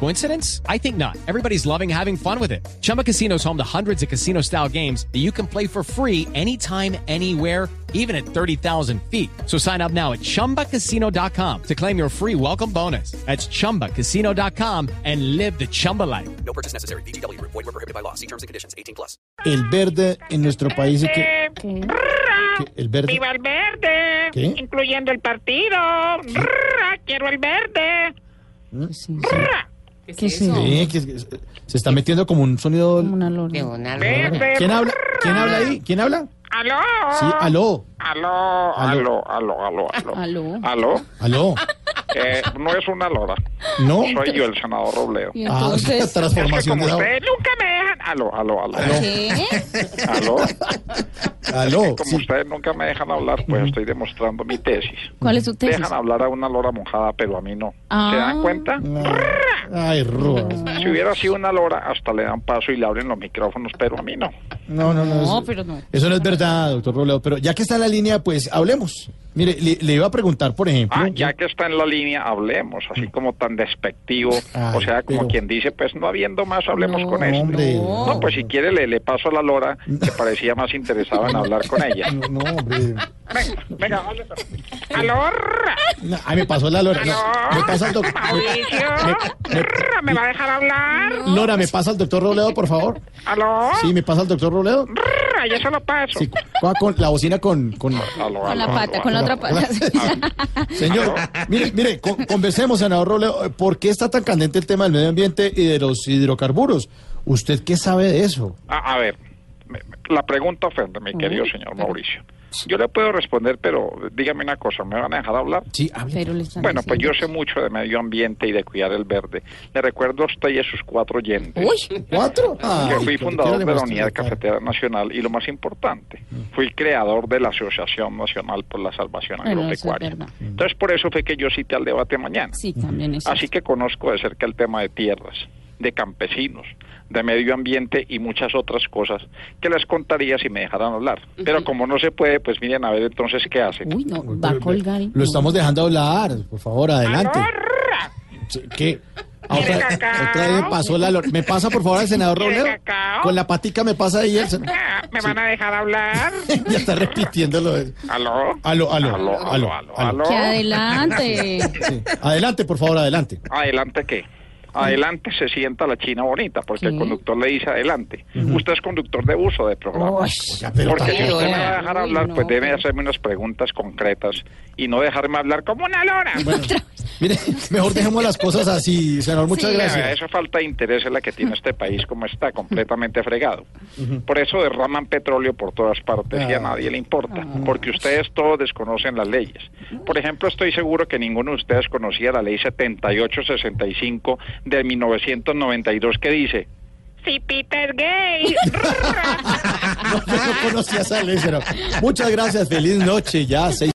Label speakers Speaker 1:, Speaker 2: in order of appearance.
Speaker 1: Coincidence? I think not. Everybody's loving having fun with it. Chumba Casino is home to hundreds of casino style games that you can play for free anytime, anywhere even at 30,000 feet. So sign up now at ChumbaCasino.com to claim your free welcome bonus. That's ChumbaCasino.com and live the Chumba life.
Speaker 2: No purchase necessary. BGW. Void were prohibited by law. See terms and conditions. 18 plus.
Speaker 3: El verde en nuestro país es que
Speaker 4: Eh, rrra,
Speaker 3: que el verde
Speaker 4: ¡Viva el verde!
Speaker 3: ¿Qué?
Speaker 4: Incluyendo el partido. Rrra, ¡Quiero el verde! Rrra,
Speaker 5: ¿Qué es eso?
Speaker 3: Sí, eh, que- que- se está metiendo como un sonido.
Speaker 5: Como una lora.
Speaker 4: verde,
Speaker 3: ¿Quién habla?
Speaker 4: rrra.
Speaker 3: ¿Quién habla ahí? ¿Quién habla?
Speaker 4: ¿Aló?
Speaker 3: Sí, aló,
Speaker 4: aló.
Speaker 3: Aló.
Speaker 4: Aló, aló, aló, aló.
Speaker 5: Aló.
Speaker 4: Aló.
Speaker 3: aló.
Speaker 4: Eh, no es una lora.
Speaker 3: No.
Speaker 4: Soy yo, el senador Robledo.
Speaker 5: Y
Speaker 3: Ah,
Speaker 5: entonces,
Speaker 4: Es que
Speaker 3: transformación
Speaker 4: como
Speaker 3: de la
Speaker 4: ustedes nunca me dejan... Aló, aló, aló.
Speaker 5: Ah. ¿qué?
Speaker 4: Aló.
Speaker 3: aló.
Speaker 4: Como
Speaker 3: sí.
Speaker 4: ustedes nunca me dejan hablar, pues estoy demostrando mi tesis.
Speaker 5: ¿Cuál es su tesis?
Speaker 4: Dejan hablar a una lora mojada, pero a mí no. ¿Se dan
Speaker 5: Ah.
Speaker 4: cuenta?
Speaker 3: Ay, Rúa.
Speaker 4: Si hubiera sido una lora, hasta le dan paso y le abren los micrófonos, pero a mí no.
Speaker 3: No, no, no.
Speaker 5: No,
Speaker 3: eso-
Speaker 5: pero no.
Speaker 3: Eso no es verdad, doctor Robledo. Pero ya que está en la línea, pues hablemos. Mire, le, le iba a preguntar, por ejemplo.
Speaker 4: Ah, ya que está en la línea, hablemos, así como tan despectivo,
Speaker 3: Mm. Ay,
Speaker 4: o sea, como
Speaker 3: pero-
Speaker 4: quien dice, pues no habiendo más, hablemos
Speaker 5: No,
Speaker 4: con este.
Speaker 3: hombre.
Speaker 4: No, pues si quiere le, le paso a la lora, que parecía más interesada en hablar con ella.
Speaker 3: No, no, hombre.
Speaker 4: Venga, venga, hable. Alorra,
Speaker 3: No, ay, me pasó la Lora. No, me pasa el doc-
Speaker 4: Mauricio,
Speaker 3: me-
Speaker 4: Rrra, ¿me va a dejar hablar?
Speaker 3: Lora, ¿me pasa al doctor Robledo, por favor?
Speaker 4: Aló,
Speaker 3: Sí, ¿me pasa al doctor Robledo?
Speaker 4: Rrra, yo se lo paso.
Speaker 3: Sí, con, con la bocina con- con,
Speaker 4: Aló,
Speaker 5: Con la
Speaker 4: aló,
Speaker 5: pata,
Speaker 4: aló,
Speaker 5: con la
Speaker 4: aló.
Speaker 5: otra pata.
Speaker 3: Señor, mire, mire, con- conversemos, senador Robledo, ¿por qué está tan candente el tema del medio ambiente y de los hidrocarburos? ¿Usted qué sabe de eso?
Speaker 4: Ah, A, a ver, me- me- la pregunta ofende, mi querido señor Mauricio. Yo le puedo responder, pero dígame una cosa, ¿me van a dejar hablar?
Speaker 3: Sí, ah, hable.
Speaker 5: Pero le están
Speaker 4: Bueno, pues yo
Speaker 5: diciendo-
Speaker 4: sé mucho de medio ambiente y de cuidar el verde. Le recuerdo a usted y a sus cuatro oyentes.
Speaker 5: Uy,
Speaker 3: ¿Cuatro?
Speaker 4: que
Speaker 3: Yo
Speaker 4: fui fundador de la Unidad Cafetera Nacional y lo más importante,
Speaker 5: Mm.
Speaker 4: fui creador de la Asociación Nacional por la Salvación
Speaker 5: Bueno, eso es
Speaker 4: Agropecuaria.
Speaker 5: verdad.
Speaker 4: Entonces, por eso fue que yo cité al debate mañana.
Speaker 5: sí, también es.
Speaker 4: Así que conozco de cerca el tema de tierras, de campesinos, de medio ambiente y muchas otras cosas que les contaría si me dejaran hablar. Pero como no se puede, pues miren a ver entonces qué hacen.
Speaker 5: Uy, no, va a colgar. y-
Speaker 3: Lo estamos dejando hablar, por favor,
Speaker 4: ¡Oh,
Speaker 3: adelante.
Speaker 4: ¡Ahorra!
Speaker 3: Sí, ¿Qué? Ah,
Speaker 4: ¿Quiere
Speaker 3: Otra,
Speaker 4: cacao?
Speaker 3: otra vez me pasó la lor- ¿Me pasa, por favor, al senador
Speaker 4: ¿Quiere
Speaker 3: Robledo?
Speaker 4: cacao?
Speaker 3: Con la patica me pasa ahí el sen-
Speaker 4: Ah, ¿Me van a dejar hablar?
Speaker 3: Ya está repitiéndolo.
Speaker 4: ¿Aló?
Speaker 3: Aló, aló,
Speaker 4: Aló,
Speaker 3: aló,
Speaker 4: aló,
Speaker 3: aló.
Speaker 4: aló.
Speaker 5: Que adelante.
Speaker 3: Sí. Adelante, por favor, adelante.
Speaker 4: ¿Adelante qué? Adelante se sienta la china bonita, porque
Speaker 5: ¿Qué?
Speaker 4: el conductor le dice adelante. Usted es conductor de uso de programa.
Speaker 3: Oiga, pero
Speaker 4: porque si
Speaker 3: también-
Speaker 4: usted me va a dejar
Speaker 5: Uy,
Speaker 4: hablar,
Speaker 5: no,
Speaker 4: pues debe
Speaker 5: pero-
Speaker 4: hacerme unas preguntas concretas y no dejarme hablar como una lora.
Speaker 3: Mire, mejor dejemos las cosas así, senador. Muchas
Speaker 5: Sí.
Speaker 3: gracias.
Speaker 4: Vea, Esa falta de interés es la que tiene este país como está, completamente fregado. Por eso derraman petróleo por todas partes
Speaker 3: Ah.
Speaker 4: y a nadie le importa, porque ustedes todos desconocen las leyes. Por ejemplo, estoy seguro que ninguno de ustedes conocía la ley 7865 de 1992 que dice... Si Peter gay.
Speaker 3: No, yo no conocía esa ley, pero Muchas gracias, feliz noche, ya seis.